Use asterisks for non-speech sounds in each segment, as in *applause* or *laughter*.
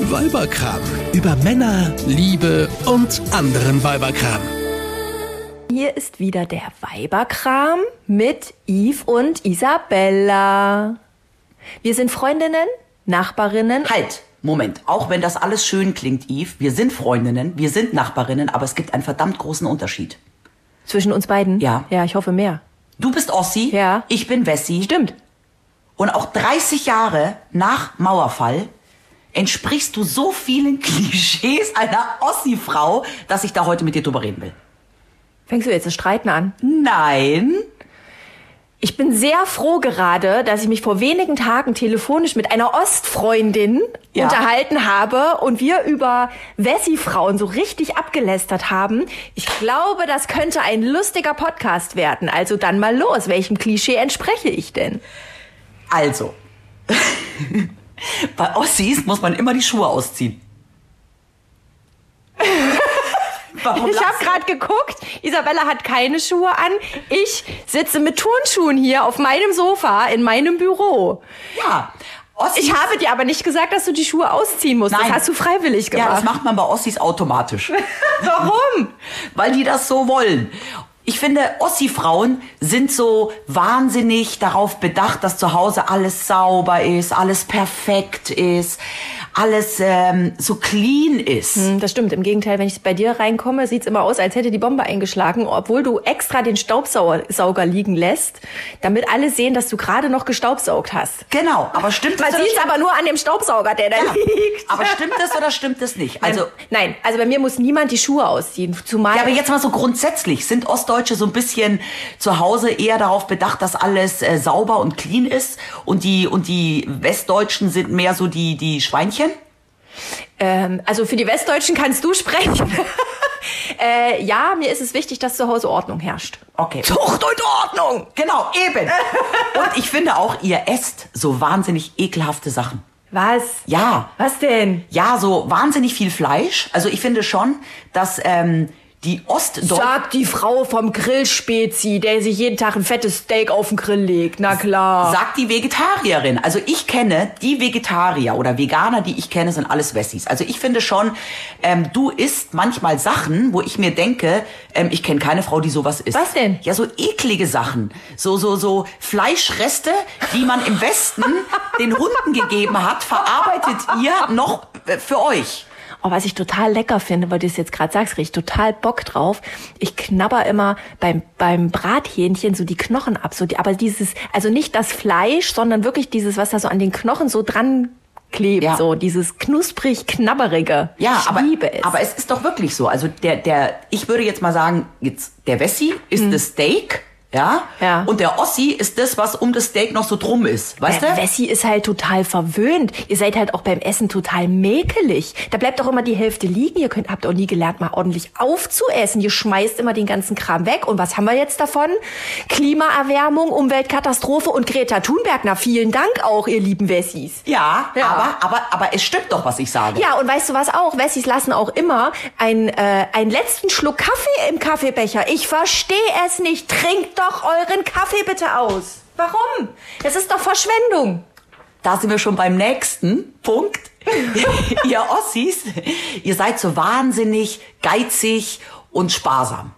Weiberkram. Über Männer, Liebe und anderen Weiberkram. Hier ist wieder der Weiberkram mit Yves und Isabella. Wir sind Freundinnen, Nachbarinnen. Halt, Moment. Auch wenn das alles schön klingt, Eve, wir sind Freundinnen, wir sind Nachbarinnen, aber es gibt einen verdammt großen Unterschied. Zwischen uns beiden? Ja. Ja, ich hoffe mehr. Du bist Ossi, Ja. ich bin Wessi. Stimmt. Und auch 30 Jahre nach Mauerfall entsprichst du so vielen *laughs* Klischees einer Ossi-Frau, dass ich da heute mit dir drüber reden will. Fängst du jetzt das Streiten an? Nein. Ich bin sehr froh gerade, dass ich mich vor wenigen Tagen telefonisch mit einer Ostfreundin Ja. unterhalten habe und wir über Wessi-Frauen so richtig abgelästert haben. Ich glaube, das könnte ein lustiger Podcast werden. Also dann mal los. Welchem Klischee entspreche ich denn? Also. *laughs* Bei Ossis muss man immer die Schuhe *laughs* ausziehen. Warum Ich habe lachst du? gerade geguckt, Isabella hat keine Schuhe an. Ich sitze mit Turnschuhen hier auf meinem Sofa in meinem Büro. Ja. Ossis, Ich habe dir aber nicht gesagt, dass du die Schuhe ausziehen musst. Das Nein. hast du freiwillig ja, das gemacht. macht man bei Ossis automatisch. *laughs* Warum? weil die das so wollen. Ich finde, Ossi-Frauen sind so wahnsinnig darauf bedacht, dass zu Hause alles sauber ist, alles perfekt ist, alles ähm, so clean ist. Hm, Das stimmt. Im Gegenteil, wenn ich bei dir reinkomme, sieht's immer aus, als hätte die Bombe eingeschlagen, obwohl du extra den Staubsauger liegen lässt, damit alle sehen, dass du gerade noch gestaubsaugt hast. Genau, aber stimmt Man das oder sieht's stimmt- aber nur an dem Staubsauger, der da *laughs* liegt. aber stimmt das oder stimmt das nicht? Also, also, nein, also bei mir muss niemand die Schuhe ausziehen. Zumal ja, aber jetzt mal so grundsätzlich, sind Ostdeutsche so ein bisschen zu Hause eher darauf bedacht, dass alles äh, sauber und clean ist und die und die Westdeutschen sind mehr so die die Schweinchen? Ähm, also für die Westdeutschen kannst du sprechen. *laughs* äh, ja, mir ist es wichtig, dass zu Hause Ordnung herrscht. Okay. Zucht und Ordnung! Genau, eben. Und ich finde auch, ihr esst so wahnsinnig ekelhafte Sachen. Was? Ja, Was denn? ja, so wahnsinnig viel Fleisch. Also ich finde schon, dass ähm, die Ostdeutschen... Sagt die Frau vom Grillspezi, der sich jeden Tag ein fettes Steak auf den Grill legt. Na klar. Sagt die Vegetarierin. Also ich kenne die Vegetarier oder Veganer, die ich kenne, sind alles Wessis. Also ich finde schon, ähm, du isst manchmal Sachen, wo ich mir denke, ähm, ich kenne keine Frau, die sowas isst. Was denn? Ja, so eklige Sachen. So, so, so Fleischreste, die man im Westen den Hunden gegeben hat, verarbeitet ihr noch äh, für euch. Oh, was ich total lecker finde, weil du es jetzt gerade sagst, krieg ich total Bock drauf. Ich knabber immer beim, beim Brathähnchen so die Knochen ab. So die, aber dieses, also nicht das Fleisch, sondern wirklich dieses, was da so an den Knochen so dran klebt. Ja. So dieses knusprig knabberige. Ja, ich aber, liebe es. aber es ist doch wirklich so. Also der, der, ich würde jetzt mal sagen, jetzt der Wessi ist das Steak, ja? Hm. Ja. Und der Ossi ist das, was um das Steak noch so drum ist. Weißt Ja, du? Wessi ist halt total verwöhnt. Ihr seid halt auch beim Essen total mäkelig. Da bleibt auch immer die Hälfte liegen. Ihr könnt, habt auch nie gelernt, mal ordentlich aufzuessen. Ihr schmeißt immer den ganzen Kram weg. Und was haben wir jetzt davon? Klimaerwärmung, Umweltkatastrophe und Greta Thunberg. Na, vielen Dank auch, ihr lieben Wessis. Ja, Ja. Aber, aber, aber es stimmt doch, was ich sage. Ja, und weißt du was auch? Wessis lassen auch immer einen, äh, einen letzten Schluck Kaffee im Kaffeebecher. Ich verstehe es nicht. Trinkt doch euren Kaffee bitte aus. Warum? Das ist doch Verschwendung. Da sind wir schon beim nächsten Punkt. *laughs* ihr Ossis, ihr seid so wahnsinnig geizig und sparsam.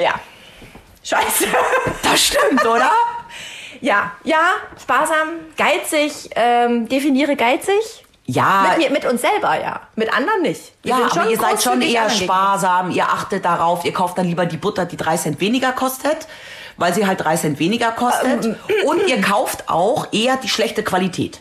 Ja. Scheiße. *laughs* Das stimmt, oder? Ja, ja, sparsam, geizig, ähm, definiere geizig. Ja. Mit, mir, mit uns selber, ja. Mit anderen nicht. Wir Ah. Ja, sind aber ihr seid schon großzügig eher anderen sparsam, ihr achtet darauf, ihr kauft dann lieber die Butter, die drei Cent weniger kostet, weil sie halt drei Cent weniger kostet. Ähm. Und ihr kauft auch eher die schlechte Qualität.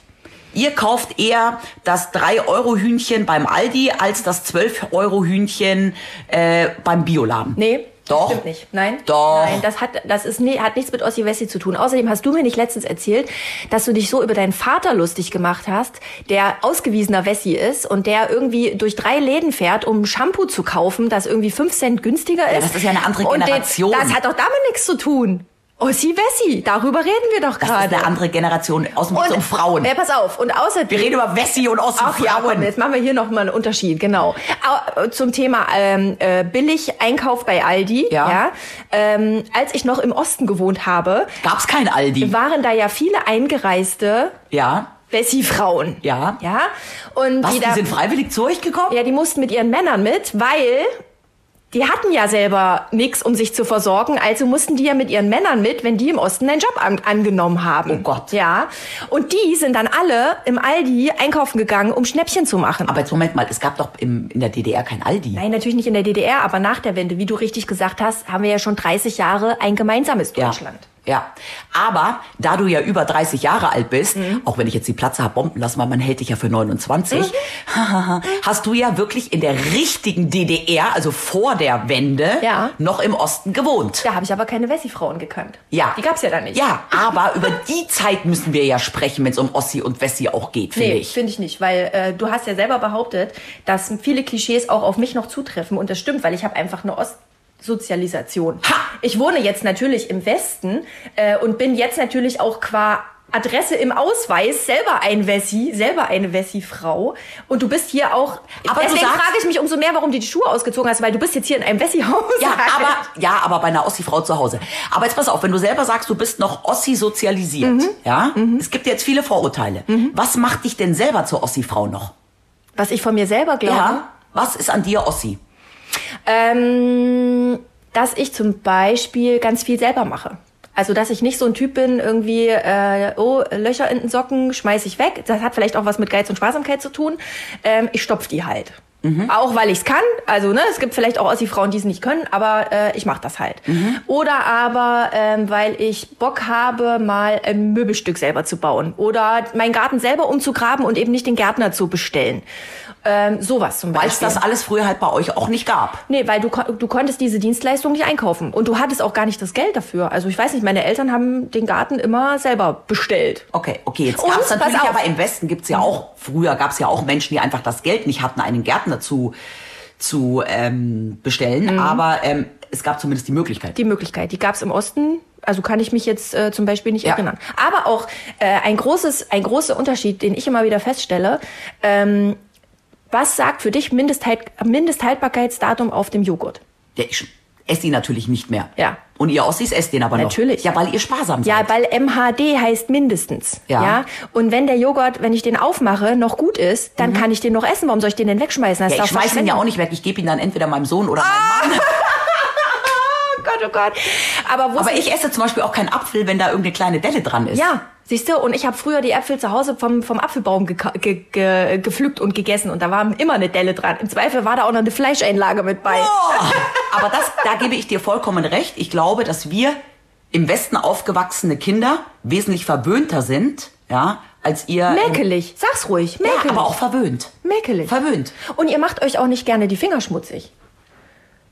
Ihr kauft eher das 3-Euro-Hühnchen beim Aldi als das 12-Euro-Hühnchen äh, beim Bioladen. Nee. Doch. Stimmt nicht. Nein. Doch. Nein, das hat, das ist, nee, hat nichts mit Ossi Wessi zu tun. Außerdem hast du mir nicht letztens erzählt, dass du dich so über deinen Vater lustig gemacht hast, der ausgewiesener Wessi ist und der irgendwie durch drei Läden fährt, um Shampoo zu kaufen, das irgendwie fünf Cent günstiger ist. das ist ja eine andere Und Generation. Den, das hat doch damit nichts zu tun. Ossi Wessi, darüber reden wir doch das gerade. ist eine andere Generation aus dem Witz um Frauen. Ja, pass auf. Und außerdem. Wir reden über Wessi und Ossi Ach ja, komm, Frauen. jetzt machen wir hier nochmal einen Unterschied, genau. Au- äh, Zum Thema ähm, äh, Billig-Einkauf bei Aldi. Ja. Ähm, als ich noch im Osten gewohnt habe, Gab's kein Aldi. waren da ja viele Eingereiste, Ja. Wessi-Frauen. Ja. Ja. Und Was, die, die, da, sind freiwillig zu euch gekommen? ja, die mussten mit ihren Männern mit, weil die hatten ja selber nichts, um sich zu versorgen, also mussten die ja mit ihren Männern mit, wenn die im Osten einen Job an angenommen haben. Oh Gott. Ja. Und die sind dann alle im Aldi einkaufen gegangen, um Schnäppchen zu machen. Aber jetzt Moment mal, es gab doch im, in der DDR kein Aldi. Nein, natürlich nicht in der DDR, aber nach der Wende, wie du richtig gesagt hast, haben wir ja schon 30 Jahre ein gemeinsames ja. Deutschland. Ja, aber da du ja über 30 Jahre alt bist, Mhm. auch wenn ich jetzt die Platze hab bomben lassen, weil man hält dich ja für 29, Mhm. hast du ja wirklich in der richtigen DDR, also vor der Wende, Ja. noch im Osten gewohnt. Da habe ich aber keine Wessi-Frauen gekannt. Ja. Die gab's ja da nicht. Ja, aber über die Zeit müssen wir ja sprechen, wenn es um Ossi und Wessi auch geht, finde Nee, ich. finde ich nicht, weil äh, du hast ja selber behauptet, dass viele Klischees auch auf mich noch zutreffen und das stimmt, weil ich habe einfach eine Ostsozialisation. Ha! Ich wohne jetzt natürlich im Westen äh, und bin jetzt natürlich auch qua Adresse im Ausweis selber ein Wessi, selber eine Wessi-Frau und du bist hier auch. Aber du deswegen sagst- frage ich mich umso mehr, warum du die Schuhe ausgezogen hast, weil du bist jetzt hier in einem Wessi-Haus. Ja, aber, ja, aber bei einer Ossi-Frau zu Hause. Aber jetzt pass auf, wenn du selber sagst, du bist noch Ossi sozialisiert, Mhm. ja? Es gibt jetzt viele Vorurteile. Was macht dich denn selber zur Ossi-Frau noch? was ich von mir selber glaube. Was ist an dir Ossi? Ähm, dass ich zum Beispiel ganz viel selber mache. Also, dass ich nicht so ein Typ bin, irgendwie, äh, oh, Löcher in den Socken schmeiß ich weg. Das hat vielleicht auch was mit Geiz und Sparsamkeit zu tun. Ähm, ich stopf die halt. Mhm. Auch weil ich's kann. Also, ne, es gibt vielleicht auch Ossi-Frauen, die es nicht können, aber äh, ich mache das halt. Mhm. Oder aber, ähm, weil ich Bock habe, mal ein Möbelstück selber zu bauen. Oder meinen Garten selber umzugraben und eben nicht den Gärtner zu bestellen. Ähm, sowas zum Beispiel. Weil es das alles früher halt bei euch auch nicht gab. Nee, weil du, kon- du konntest diese Dienstleistung nicht einkaufen. Und du hattest auch gar nicht das Geld dafür. Also ich weiß nicht, meine Eltern haben den Garten immer selber bestellt. Okay, okay, jetzt Und, gab es natürlich, pass auf. aber im Westen gibt's ja auch, früher gab's ja auch Menschen, die einfach das Geld nicht hatten, einen Gärtner zu, zu ähm, bestellen. Aber ähm, es gab zumindest die Möglichkeit. Mhm. Die Möglichkeit, die gab's im Osten. Also kann ich mich jetzt äh, zum Beispiel nicht Ja. erinnern. Aber auch äh, ein, großes, ein großer Unterschied, den ich immer wieder feststelle. Ähm, was sagt für dich Mindesthalt, Mindesthaltbarkeitsdatum auf dem Joghurt? Ja, ich sch- ess die natürlich nicht mehr. Ja. Und ihr Ossis esst den aber Natürlich. noch. Ja, weil ihr sparsam Ja, seid. weil MHD heißt mindestens. Ja. Ja. Und wenn der Joghurt, wenn ich den aufmache, noch gut ist, dann kann ich den noch essen. Warum soll ich den denn wegschmeißen? Das Mhm. Ja, darf ich schmeiß ihn verschwenden. ja auch nicht weg. Ich gebe ihn dann entweder meinem Sohn oder meinem Mann. Oh Gott, oh Gott. Aber wo Aber ich esse zum Beispiel auch keinen Apfel, wenn da irgendeine kleine Delle dran ist. Ah! ja, siehst du, und ich habe früher die Äpfel zu Hause vom, vom Apfelbaum geka- ge ge gepflückt und gegessen und da war immer eine Delle dran. Im Zweifel war da auch noch eine Fleischeinlage mit bei. Aber das, da gebe ich dir vollkommen recht. Ich glaube, dass wir im Westen aufgewachsene Kinder wesentlich verwöhnter sind, ja, als ihr. Mäkelig, sag's ruhig, mäkelig. Ja, aber auch verwöhnt. mäkelig. Verwöhnt. Und ihr macht euch auch nicht gerne die Finger schmutzig.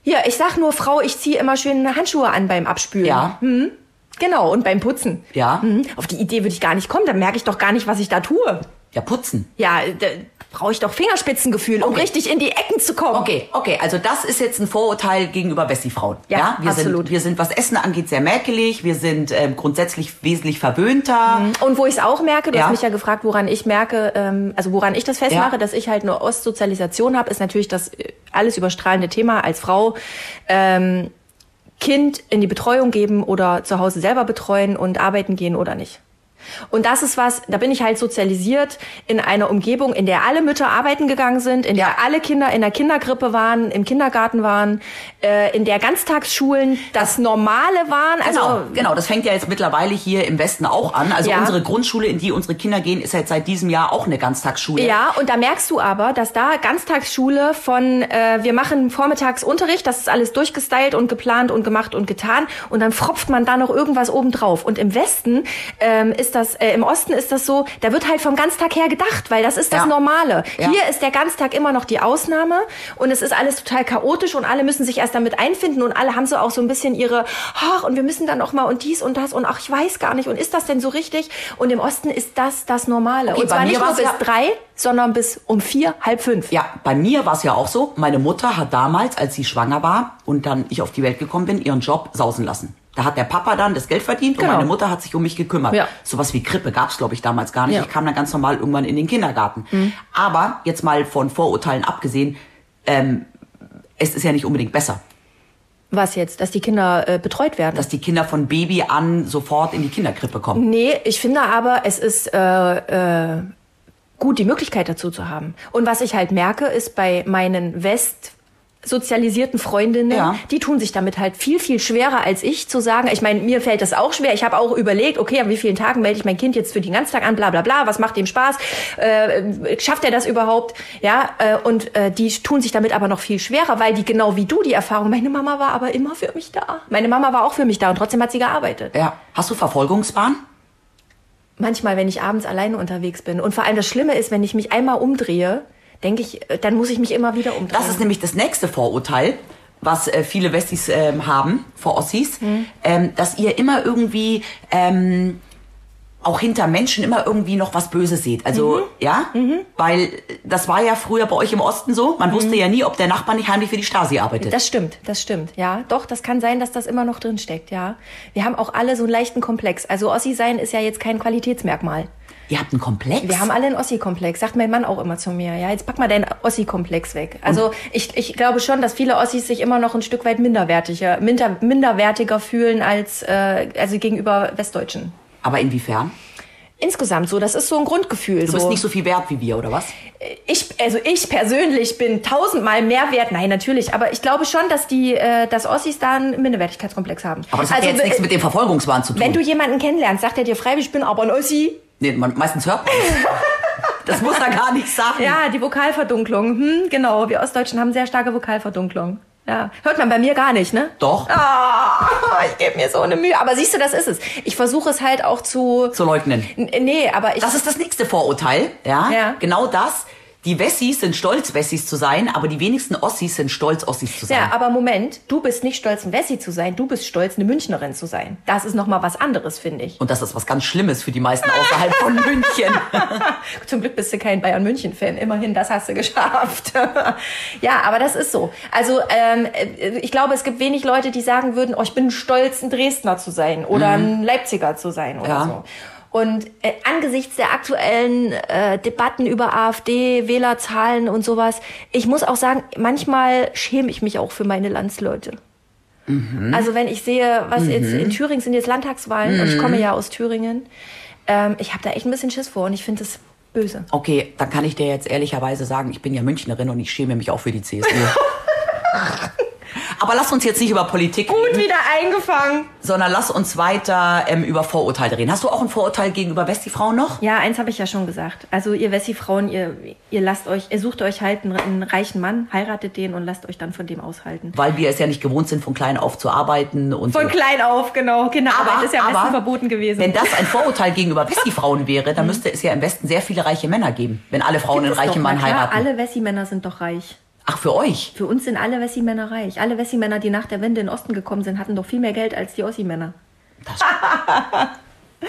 Ja, ich sag nur, Frau, ich zieh immer schön Handschuhe an beim Abspülen. Ja. Hm? Genau, und beim Putzen. Ja. Hm? Auf die Idee würde ich gar nicht kommen, dann merke ich doch gar nicht, was ich da tue. Ja, putzen. Ja, da brauche ich doch Fingerspitzengefühl, um Okay. richtig in die Ecken zu kommen. Okay, okay, also das ist jetzt ein Vorurteil gegenüber Wessi-Frauen. Ja, wir absolut. Sind, wir sind, was Essen angeht, sehr mäkelig. Wir sind ähm, grundsätzlich wesentlich verwöhnter. Ähm, Und wo ich es auch merke, du Ja. hast mich ja gefragt, woran ich merke, ähm, also woran ich das festmache, Ja. dass ich halt nur Ostsozialisation habe, ist natürlich das äh, alles überstrahlende Thema als Frau. Ähm, Kind in die Betreuung geben oder zu Hause selber betreuen und arbeiten gehen oder nicht. Und das ist was, da bin ich halt sozialisiert in einer Umgebung, in der alle Mütter arbeiten gegangen sind, in der alle Kinder in der Kindergrippe waren, im Kindergarten waren, äh, in der Ganztagsschulen das Normale waren. Also Genau, genau, das fängt ja jetzt mittlerweile hier im Westen auch an. Also Ja. unsere Grundschule, in die unsere Kinder gehen, ist jetzt seit diesem Jahr auch eine Ganztagsschule. Ja, und da merkst du aber, dass da Ganztagsschule von, äh, wir machen Vormittagsunterricht, das ist alles durchgestylt und geplant und gemacht und getan und dann fropft man da noch irgendwas obendrauf. Und im Westen ähm, ist das, äh, im Osten ist das so, da wird halt vom Ganztag her gedacht, weil das ist das Ja. Normale. Ja. Hier ist der Ganztag immer noch die Ausnahme und es ist alles total chaotisch und alle müssen sich erst damit einfinden und alle haben so auch so ein bisschen ihre, ach, und wir müssen dann auch mal und dies und das und ach, ich weiß gar nicht und ist das denn so richtig? Und im Osten ist das das Normale. Okay, und bei zwar mir nicht nur war's bis ja- drei, sondern bis um vier, halb fünf. Ja, bei mir war es ja auch so. Meine Mutter hat damals, als sie schwanger war und dann ich auf die Welt gekommen bin, ihren Job sausen lassen. Da hat der Papa dann das Geld verdient Genau. und meine Mutter hat sich um mich gekümmert. Ja. Sowas wie Krippe gab's glaub glaube ich, damals gar nicht. Ja. Mhm. Ich kam dann ganz normal irgendwann in den Kindergarten. Aber jetzt mal von Vorurteilen abgesehen, ähm, es ist ja nicht unbedingt besser. Was jetzt? Dass die Kinder äh, betreut werden? dass die Kinder von Baby an sofort in die Kinderkrippe kommen. Nee, ich finde aber, es ist äh, äh, gut, die Möglichkeit dazu zu haben. Und was ich halt merke, ist bei meinen West sozialisierten Freundinnen, Ja. die tun sich damit halt viel, viel schwerer als ich zu sagen, ich meine, mir fällt das auch schwer. Ich habe auch überlegt, okay, an wie vielen Tagen melde ich mein Kind jetzt für den ganzen Tag an, bla bla bla, was macht dem Spaß, äh, schafft er das überhaupt? Ja, äh, und äh, die tun sich damit aber noch viel schwerer, weil die genau wie du die Erfahrung, meine Mama war aber immer für mich da. Meine Mama war auch für mich da und trotzdem hat sie gearbeitet. Ja. Hast du Verfolgungsbahn? manchmal, wenn ich abends alleine unterwegs bin. Und vor allem das Schlimme ist, wenn ich mich einmal umdrehe, denke ich, äh, dann muss ich mich immer wieder umdrehen. Das ist nämlich das nächste Vorurteil, was äh, viele Westis ähm, haben, vor Ossis, Mhm. ähm, dass ihr immer irgendwie ähm, auch hinter Menschen immer irgendwie noch was Böses seht. Mhm. Also, ja, weil äh, das war ja früher bei euch im Osten so. Man wusste ja nie, ob der Nachbar nicht heimlich für die Stasi arbeitet. Mhm. Das stimmt, das stimmt, ja. Doch, das kann sein, dass das immer noch drin steckt, ja. Wir haben auch alle so einen leichten Komplex. Also Ossi sein ist ja jetzt kein Qualitätsmerkmal. ihr habt einen Komplex. Wir haben alle einen Ossi-Komplex, sagt mein Mann auch immer zu mir, ja. Jetzt pack mal deinen Ossi-Komplex weg. Also ich, ich glaube schon, dass viele Ossis sich immer noch ein Stück weit minderwertiger, minder, minderwertiger fühlen als äh, also gegenüber Westdeutschen. Aber inwiefern? Insgesamt so, das ist so ein Grundgefühl. Du so. bist nicht so viel wert wie wir, oder was? ich, also ich persönlich bin tausendmal mehr wert. Nein, natürlich. Aber ich glaube schon, dass die, äh, dass Ossis da einen Minderwertigkeitskomplex haben. Aber das hat ja Also jetzt we- nichts mit dem Verfolgungswahn zu tun. wenn du jemanden kennenlernst, sagt er dir freiwillig, ich bin aber ein Ossi. nee, man, meistens hört man *laughs* das. Das muss er gar nicht sagen. Ja, die Vokalverdunklung. Hm, genau. Wir Ostdeutschen haben sehr starke Vokalverdunklung. Ja, hört man bei mir gar nicht, ne? Doch, Ah, *laughs* ich gebe mir so eine Mühe. Aber siehst du, das ist es. Ich versuche es halt auch zu. zu leugnen. N- Nee, aber ich. Das ist das nächste Vorurteil, ja? Ja. Genau das. Die Wessis sind stolz, Wessis zu sein, aber die wenigsten Ossis sind stolz, Ossis zu sein. Ja, aber Moment, du bist nicht stolz, ein Wessi zu sein, du bist stolz, eine Münchnerin zu sein. Das ist nochmal was anderes, finde ich. Und das ist was ganz Schlimmes für die meisten außerhalb *laughs* von München. Zum Glück bist du kein Bayern-München-Fan. Immerhin, das hast du geschafft. *laughs* ja, aber das ist so. Also ähm, äh, ich glaube, es gibt wenig Leute, die sagen würden, oh, ich bin stolz, ein Dresdner zu sein oder ein Leipziger zu sein oder Ja. so. Und äh, angesichts der aktuellen äh, Debatten über AfD, Wählerzahlen und sowas, ich muss auch sagen, manchmal schäme ich mich auch für meine Landsleute. Also wenn ich sehe, was jetzt in Thüringen sind jetzt Landtagswahlen und ich komme ja aus Thüringen, ähm, ich habe da echt ein bisschen Schiss vor und ich finde das böse. Okay, dann kann ich dir jetzt ehrlicherweise sagen, ich bin ja Münchnerin und ich schäme mich auch für die CSU. *laughs* aber lass uns jetzt nicht über Politik reden, wieder eingefangen. sondern lass uns weiter ähm, über Vorurteile reden. Hast du auch ein Vorurteil gegenüber Westifrauen noch? Ja, eins habe ich ja schon gesagt. Also ihr Wessi-Frauen, ihr, ihr lasst euch, ihr sucht euch halt einen, einen reichen Mann, heiratet den und lasst euch dann von dem aushalten. Weil wir es ja nicht gewohnt sind, von klein auf zu arbeiten und Von so. klein auf, genau. Kinderarbeit ist ja am besten verboten gewesen. Mhm. Wenn das ein Vorurteil gegenüber Wessi-Frauen wäre, dann müsste es ja im Westen sehr viele reiche Männer geben, wenn alle Frauen Gibt einen es doch, reichen Mann na klar, heiraten. Alle Wessi-Männer sind doch reich. Ach, für euch? Für uns sind alle Wessi-Männer reich. Alle Wessi-Männer, die nach der Wende in den Osten gekommen sind, hatten doch viel mehr Geld als die Ossi-Männer. Das-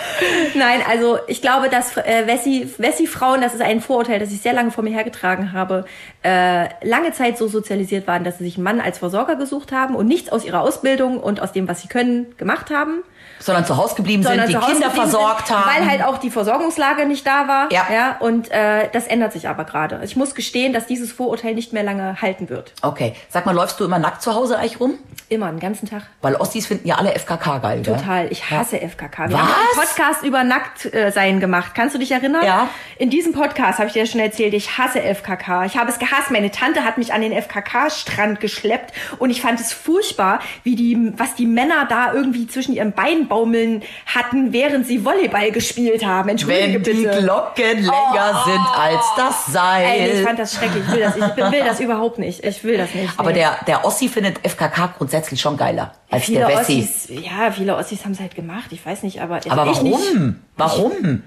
*laughs* Nein, also ich glaube, dass äh, Wessi- Wessi-Frauen, das ist ein Vorurteil, das ich sehr lange vor mir hergetragen habe, äh, lange Zeit so sozialisiert waren, dass sie sich einen Mann als Versorger gesucht haben und nichts aus ihrer Ausbildung und aus dem, was sie können, gemacht haben. Sondern zu Hause geblieben sind, sondern die zu Hause Kinder geblieben versorgt sind, haben. Weil halt auch die Versorgungslage nicht da war. Ja. ja und äh, das ändert sich aber gerade. Ich muss gestehen, dass dieses Vorurteil nicht mehr lange halten wird. okay, sag mal, läufst du immer nackt zu Hause eigentlich rum? Immer, den ganzen Tag. Weil Ossis finden ja alle FKK geil, gell? Total. Ich hasse FKK. Wir Was? haben einen Podcast über Nacktsein sein gemacht. Kannst du dich erinnern? Ja. In diesem Podcast habe ich dir schon erzählt, ich hasse FKK. Ich habe es gehasst. Meine Tante hat mich an den FKK-Strand geschleppt und ich fand es furchtbar, wie die, was die Männer da irgendwie zwischen ihren Beinen baumeln hatten, während sie Volleyball gespielt haben. Entschuldige Wenn die bitte. Oh. Glocken länger sind als das Ey, nee, ich Seil. fand das schrecklich. Ich will das, ich will das überhaupt nicht. Ich will das nicht. Aber nee. der, der Ossi findet FKK grundsätzlich schon geiler als viele der Wessi. Ossis, ja, viele Ossis haben es halt gemacht. Ich weiß nicht, aber, Aber ich Nicht. warum? Warum?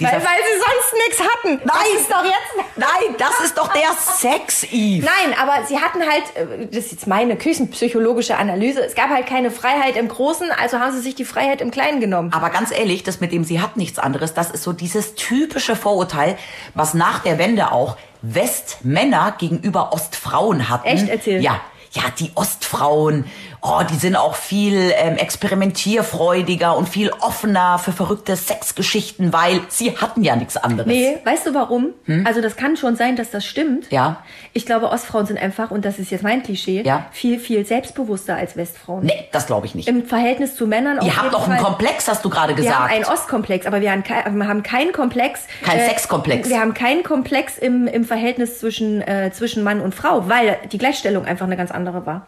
Dieser Weil, weil sie sonst nichts hatten. Nein. Das ist doch jetzt. Nein, das ist doch der Sex, Eve. *laughs* Nein, aber sie hatten halt, äh, das ist jetzt meine küchenpsychologische Analyse, es gab halt keine Freiheit im Großen, also haben sie sich die Freiheit im Kleinen genommen. Aber ganz ehrlich, das mit dem sie hat nichts anderes, das ist so dieses typische Vorurteil, was nach der Wende auch Westmänner gegenüber Ostfrauen hatten. Echt? Erzähl. Ja. Ja, die Ostfrauen oh, die sind auch viel ähm, experimentierfreudiger und viel offener für verrückte Sexgeschichten, weil sie hatten ja nichts anderes. Nee, weißt du warum? Also das kann schon sein, dass das stimmt. Hm? Ja. Ich glaube, Ostfrauen sind einfach, und das ist jetzt mein Klischee, Ja. viel, viel selbstbewusster als Westfrauen. Nee, das glaube ich nicht. Im Verhältnis zu Männern auf Ihr habt jeden doch einen Fall. Komplex, hast du gerade Wir haben gesagt. einen Ostkomplex, aber wir haben, kei- wir haben keinen Komplex. äh, Kein Sexkomplex. Wir haben keinen Komplex im, im Verhältnis zwischen, äh, zwischen Mann und Frau, weil die Gleichstellung einfach eine ganz andere war.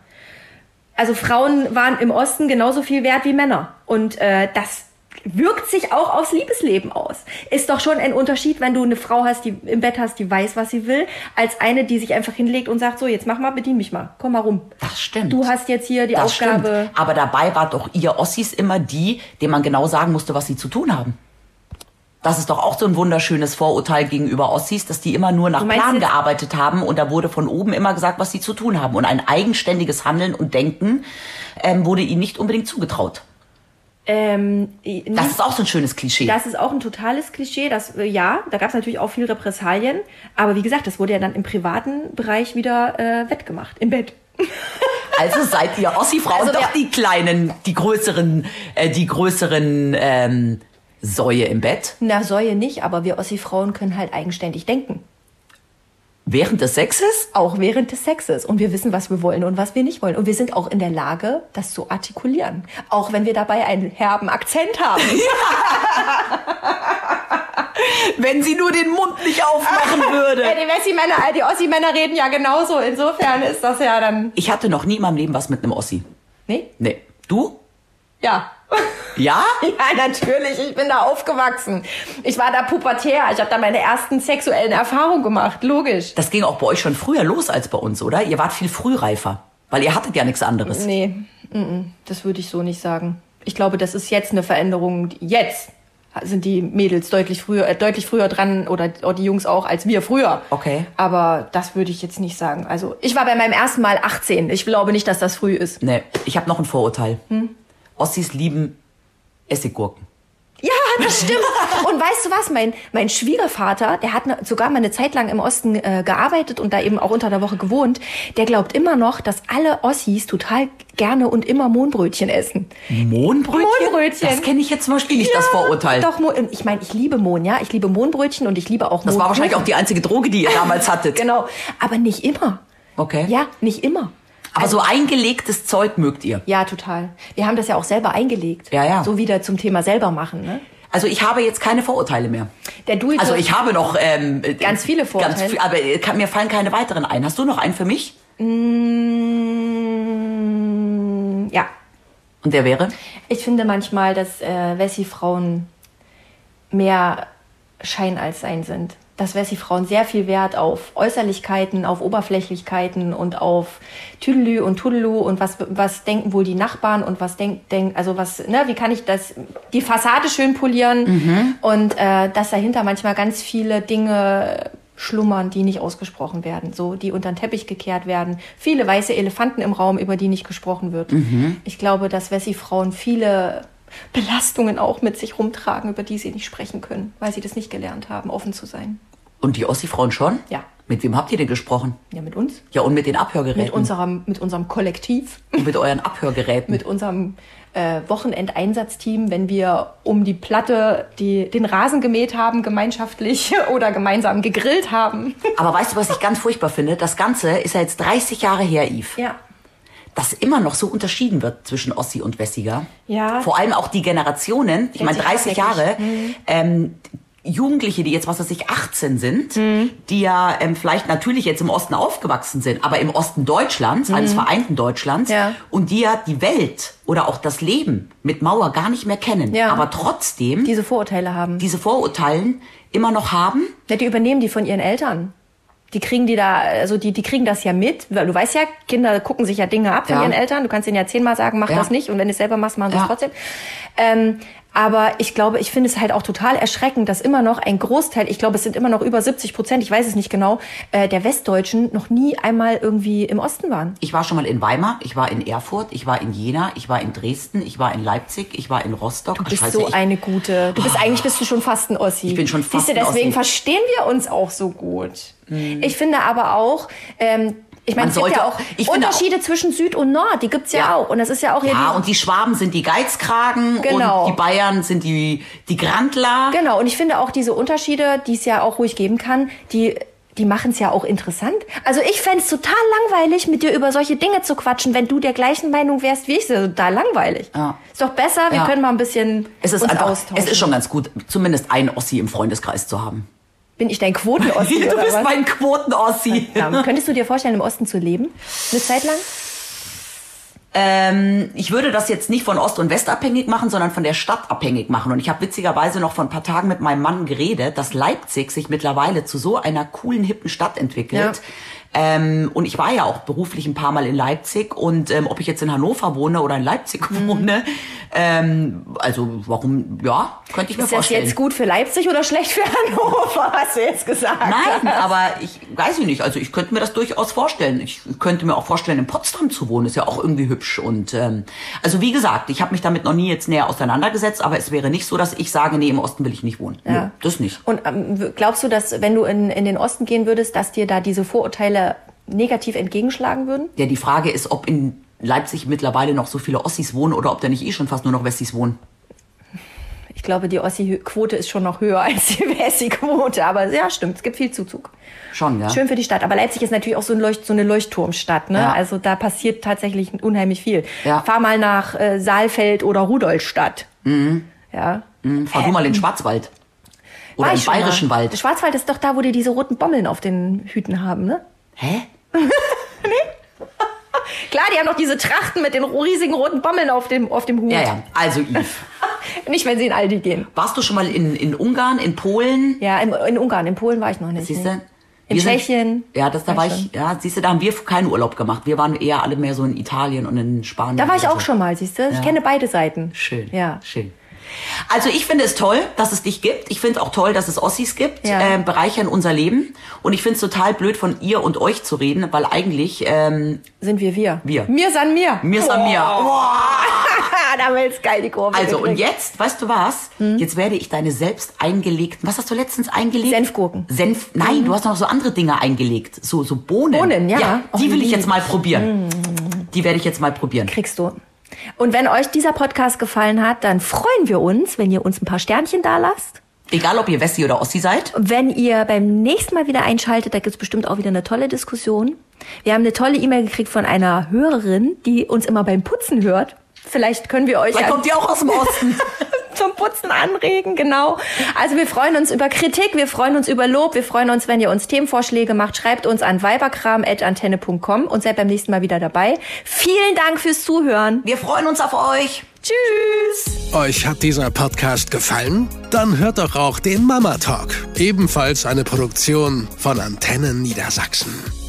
Also Frauen waren im Osten genauso viel wert wie Männer. Und äh, das wirkt sich auch aufs Liebesleben aus. Ist doch schon ein Unterschied, wenn du eine Frau hast, die im Bett hast, die weiß, was sie will, als eine, die sich einfach hinlegt und sagt, so, jetzt mach mal, bedien mich mal, komm mal rum. das stimmt. Du hast jetzt hier die das Aufgabe. stimmt. Aber dabei war doch ihr Ossis immer die, dem man genau sagen musste, was sie zu tun haben. Das ist doch auch so ein wunderschönes Vorurteil gegenüber Ossis, dass die immer nur nach Du meinst Plan jetzt- gearbeitet haben und da wurde von oben immer gesagt, was sie zu tun haben. Und ein eigenständiges Handeln und Denken ähm, wurde ihnen nicht unbedingt zugetraut. Ähm, Das ist auch so ein schönes Klischee. Das ist auch ein totales Klischee, das äh, ja, da gab es natürlich auch viel Repressalien, aber wie gesagt, das wurde ja dann im privaten Bereich wieder äh, wettgemacht, im Bett. Also seid ihr Ossi-Frauen Also doch wer- die kleinen, die größeren, äh, die größeren ähm, Säue im Bett *laughs* Na, Säue nicht, aber wir Ossi-Frauen können halt eigenständig denken. während des Sexes? Auch während des Sexes. Und wir wissen, was wir wollen und was wir nicht wollen. Und wir sind auch in der Lage, das zu artikulieren. Auch wenn wir dabei einen herben Akzent haben. *laughs* Wenn sie nur den Mund *laughs* nicht aufmachen würde. die Messi-Männer, die Ossi-Männer reden ja genauso. Insofern ist das ja dann. Ich hatte noch nie in meinem Leben was mit einem Ossi. Nee? Nee. Du? *laughs* Ja. Ja? Ja, natürlich. Ich bin da aufgewachsen. Ich war da pubertär. Ich habe da meine ersten sexuellen Erfahrungen gemacht. Logisch. Das ging auch bei euch schon früher los als bei uns, oder? Ihr wart viel frühreifer. Weil ihr hattet ja nichts anderes. Nee, mhm, das würde ich so nicht sagen. Ich glaube, das ist jetzt eine Veränderung. die- Jetzt sind die Mädels deutlich früher, äh, deutlich früher dran oder, oder die Jungs auch als wir früher. Okay. Aber das würde ich jetzt nicht sagen. Also ich war bei meinem ersten Mal 18. Ich glaube nicht, dass das früh ist. Nee. Ich habe noch ein Vorurteil. Hm? Ossis lieben Essiggurken. Ja, das stimmt. Und weißt du was, mein, mein Schwiegervater, der hat ne, sogar mal eine Zeit lang im Osten äh, gearbeitet und da eben auch unter der Woche gewohnt, der glaubt immer noch, dass alle Ossis total gerne und immer Mohnbrötchen essen. Mohnbrötchen? Mohnbrötchen. Das kenne ich jetzt zum Beispiel nicht, das Vorurteil. Doch, Mo- und ich meine, ich liebe Mohn, ja. Ich liebe Mohnbrötchen und ich liebe auch Das war wahrscheinlich auch die einzige *laughs* Droge, die ihr damals hattet. Genau, aber nicht immer. Okay. Ja, nicht immer. Aber so eingelegtes Zeug mögt ihr. Ja, total. Wir haben das ja auch selber eingelegt. Ja, ja. So wieder zum Thema selber machen, ne? Also ich habe jetzt keine Vorurteile mehr. Der Do it Also ich habe noch ähm, äh, Ganz viele Vorurteile. viel- aber äh, kann, mir fallen keine weiteren ein. Hast du noch einen für mich? Mm, ja. Und der wäre? Ich finde manchmal, dass äh, Wessi-Frauen mehr Schein als Sein sind. Dass Wessi-Frauen sehr viel Wert auf Äußerlichkeiten, auf Oberflächlichkeiten und auf Tüdelü und Tudelu und was, was denken wohl die Nachbarn und was denkt, denk, also was, ne, wie kann ich das, die Fassade schön polieren und äh, dass dahinter manchmal ganz viele Dinge schlummern, die nicht ausgesprochen werden, so, die unter den Teppich gekehrt werden. Viele weiße Elefanten im Raum, über die nicht gesprochen wird. Ich glaube, dass Wessi-Frauen viele Belastungen auch mit sich rumtragen, über die sie nicht sprechen können, weil sie das nicht gelernt haben, offen zu sein. Und die Ossi-Frauen schon? Ja. Mit wem habt ihr denn gesprochen? Ja, mit uns. Ja, und mit den Abhörgeräten. Mit unserem, mit unserem Kollektiv, Und mit euren Abhörgeräten. mit unserem äh, Wochenendeinsatzteam, wenn wir um die Platte die, den Rasen gemäht haben, gemeinschaftlich *laughs* oder gemeinsam gegrillt haben. aber weißt du, was ich ganz furchtbar finde? Das Ganze ist ja jetzt 30 Jahre her, Yves. Ja. Dass immer noch so unterschieden wird zwischen Ossi und Wessiger. Ja. Vor allem auch die Generationen. Ich meine, 30 Tatsächlich. hm. Jahre. Ähm, Jugendliche, die jetzt, was weiß ich, 18 sind, Hm. die ja ähm, vielleicht natürlich jetzt im Osten aufgewachsen sind, aber im Osten Deutschlands, eines vereinten Deutschlands, Hm. Ja. und die ja die Welt oder auch das Leben mit Mauer gar nicht mehr kennen, Ja. aber trotzdem Diese Vorurteile haben. diese Vorurteilen immer noch haben Ja, die übernehmen die von ihren Eltern. Die kriegen die da, also die, die kriegen das ja mit. Weil du weißt ja, Kinder gucken sich ja Dinge ab von Ja. ihren Eltern. Du kannst ihnen ja zehnmal sagen, mach Ja. das nicht. Und wenn du es selber machst, machen sie Ja. es trotzdem. Ähm, aber ich glaube, ich finde es halt auch total erschreckend, dass immer noch ein Großteil, ich glaube, es sind immer noch über 70 Prozent, ich weiß es nicht genau, äh, der Westdeutschen noch nie einmal irgendwie im Osten waren. Ich war schon mal in Weimar, ich war in Erfurt, ich war in Jena, ich war in Dresden, ich war in Leipzig, ich war in Rostock. Du bist so ich, Ah. eine gute. Du bist eigentlich bist du schon fast ein Ossi. Ich bin schon fast Siehst du, ein deswegen Ossi. verstehen wir uns auch so gut. Ich finde aber auch, ähm, Ich meine, es Man gibt sollte- ja auch ich finde Unterschiede zwischen Süd und Nord, die gibt's ja, Ja. auch. Und das ist ja auch hier Ja, die, und die Schwaben sind die Geizkragen Genau. und die Bayern sind die, die Grandler. Genau, und ich finde auch diese Unterschiede, die es ja auch ruhig geben kann, die, die machen es ja auch interessant. Also ich fänd's total langweilig, mit dir über solche Dinge zu quatschen, wenn du der gleichen Meinung wärst wie ich. Das ist total langweilig. Ja. Ist doch besser, wir Ja. können mal ein bisschen Es ist uns einfach, austauschen. es ist schon ganz gut, zumindest einen Ossi im Freundeskreis zu haben. Bin ich dein Quotenossi *laughs* du oder bist was? mein Quoten-Ossi. *laughs* Ja, Ähm, Könntest du dir vorstellen, im Osten zu leben? Eine Zeit lang? Ähm, ich würde das jetzt nicht von Ost und West abhängig machen, sondern von der Stadt abhängig machen. Und ich habe witzigerweise noch vor ein paar Tagen mit meinem Mann geredet, dass Leipzig sich mittlerweile zu so einer coolen, hippen Stadt entwickelt. Ähm, und ich war ja auch beruflich ein paar Mal in Leipzig. Und ähm, ob ich jetzt in Hannover wohne oder in Leipzig *laughs* wohne, ähm, also warum, ja, könnte ich mir Mhm. Ist das vorstellen. jetzt gut für Leipzig oder schlecht für *laughs* Hannover, hast du jetzt gesagt? Nein, aber ich weiß ich nicht. Also ich könnte mir das durchaus vorstellen. Ich könnte mir auch vorstellen, in Potsdam zu wohnen. Ist ja auch irgendwie hübsch. Und ähm, also wie gesagt, ich habe mich damit noch nie jetzt näher auseinandergesetzt, aber es wäre nicht so, dass ich sage, nee, im Osten will ich nicht wohnen. Nö, das nicht. Und ähm, glaubst du, dass wenn du in, in den Osten gehen würdest, dass dir da diese Vorurteile negativ entgegenschlagen würden? Ja, die Frage ist, ob in Leipzig mittlerweile noch so viele Ossis wohnen oder ob da nicht eh schon fast nur noch Wessis wohnen. Ich glaube, die Ossi-Quote ist schon noch höher *laughs* als die Wessi-Quote. Aber ja, stimmt, es gibt viel Zuzug. Schon, ja. Schön für die Stadt. Aber Leipzig ist natürlich auch so, ein Leucht, so eine Leuchtturmstadt. Ne? Ja. Also da passiert tatsächlich unheimlich viel. Ja. Fahr mal nach äh, Saalfeld oder Rudolstadt. Mhm. Ja. Hm, Fahr du mal in den Schwarzwald. Oder War im ich schon Bayerischen mal. Wald. Schwarzwald ist doch da, wo die diese roten Bommeln auf den Hüten haben, ne? Hä? Klar, die haben doch diese Trachten mit den riesigen roten Bommeln auf dem, auf dem Hut. Ja, ja. Also, Yves, Nicht, wenn sie in Aldi gehen. warst du schon mal in, in Ungarn, in Polen? Ja, in, in Ungarn, in Polen war ich noch nicht. Siehst nee. du? Hm. In Tschechien. ja, das, da War war ich ich, ja, siehst du, da haben wir keinen Urlaub gemacht. Wir waren eher alle mehr so in Italien und in Spanien. Da war ich oder auch so. schon mal, siehst du? Ich Ja. kenne beide Seiten. Schön. Ja. Schön. Also ich finde es toll, dass es dich gibt. Ich finde es auch toll, dass es Ossis gibt. Ja. Ähm, bereichern unser Leben. Und ich finde es total blöd, von ihr und euch zu reden, weil eigentlich ähm, Sind wir wir? Wir. Mir san mir. mir ist an mir. Oh. Ah, da haben wir jetzt geil die Kurve. Also und gekriegt. jetzt, weißt du was? Hm? Jetzt werde ich deine selbst eingelegten. Was hast du letztens eingelegt? Senfgurken. Mhm. Senf. Nein, du hast noch so andere Dinge eingelegt. So so Bohnen. Bohnen, ja. Oh, Hm. Och, die will ich lieb. jetzt mal probieren. Die werde ich jetzt mal probieren. Kriegst du. Und wenn euch dieser Podcast gefallen hat, dann freuen wir uns, wenn ihr uns ein paar Sternchen da lasst. Egal, ob ihr Wessi oder Ossi seid. Wenn ihr beim nächsten Mal wieder einschaltet, da gibt's bestimmt auch wieder eine tolle Diskussion. Wir haben eine tolle E-Mail gekriegt von einer Hörerin, die uns immer beim Putzen hört. Vielleicht können wir euch Vielleicht ja- kommt ihr auch aus dem Osten. *laughs* zum Putzen anregen, genau. Also wir freuen uns über Kritik, wir freuen uns über Lob, wir freuen uns, wenn ihr uns Themenvorschläge macht. Schreibt uns an weiberkram.antenne.com und seid beim nächsten Mal wieder dabei. Vielen Dank fürs Zuhören. Wir freuen uns auf euch. Tschüss. Euch hat dieser Podcast gefallen? Dann hört doch auch den Mama Talk, ebenfalls eine Produktion von Antennen Niedersachsen.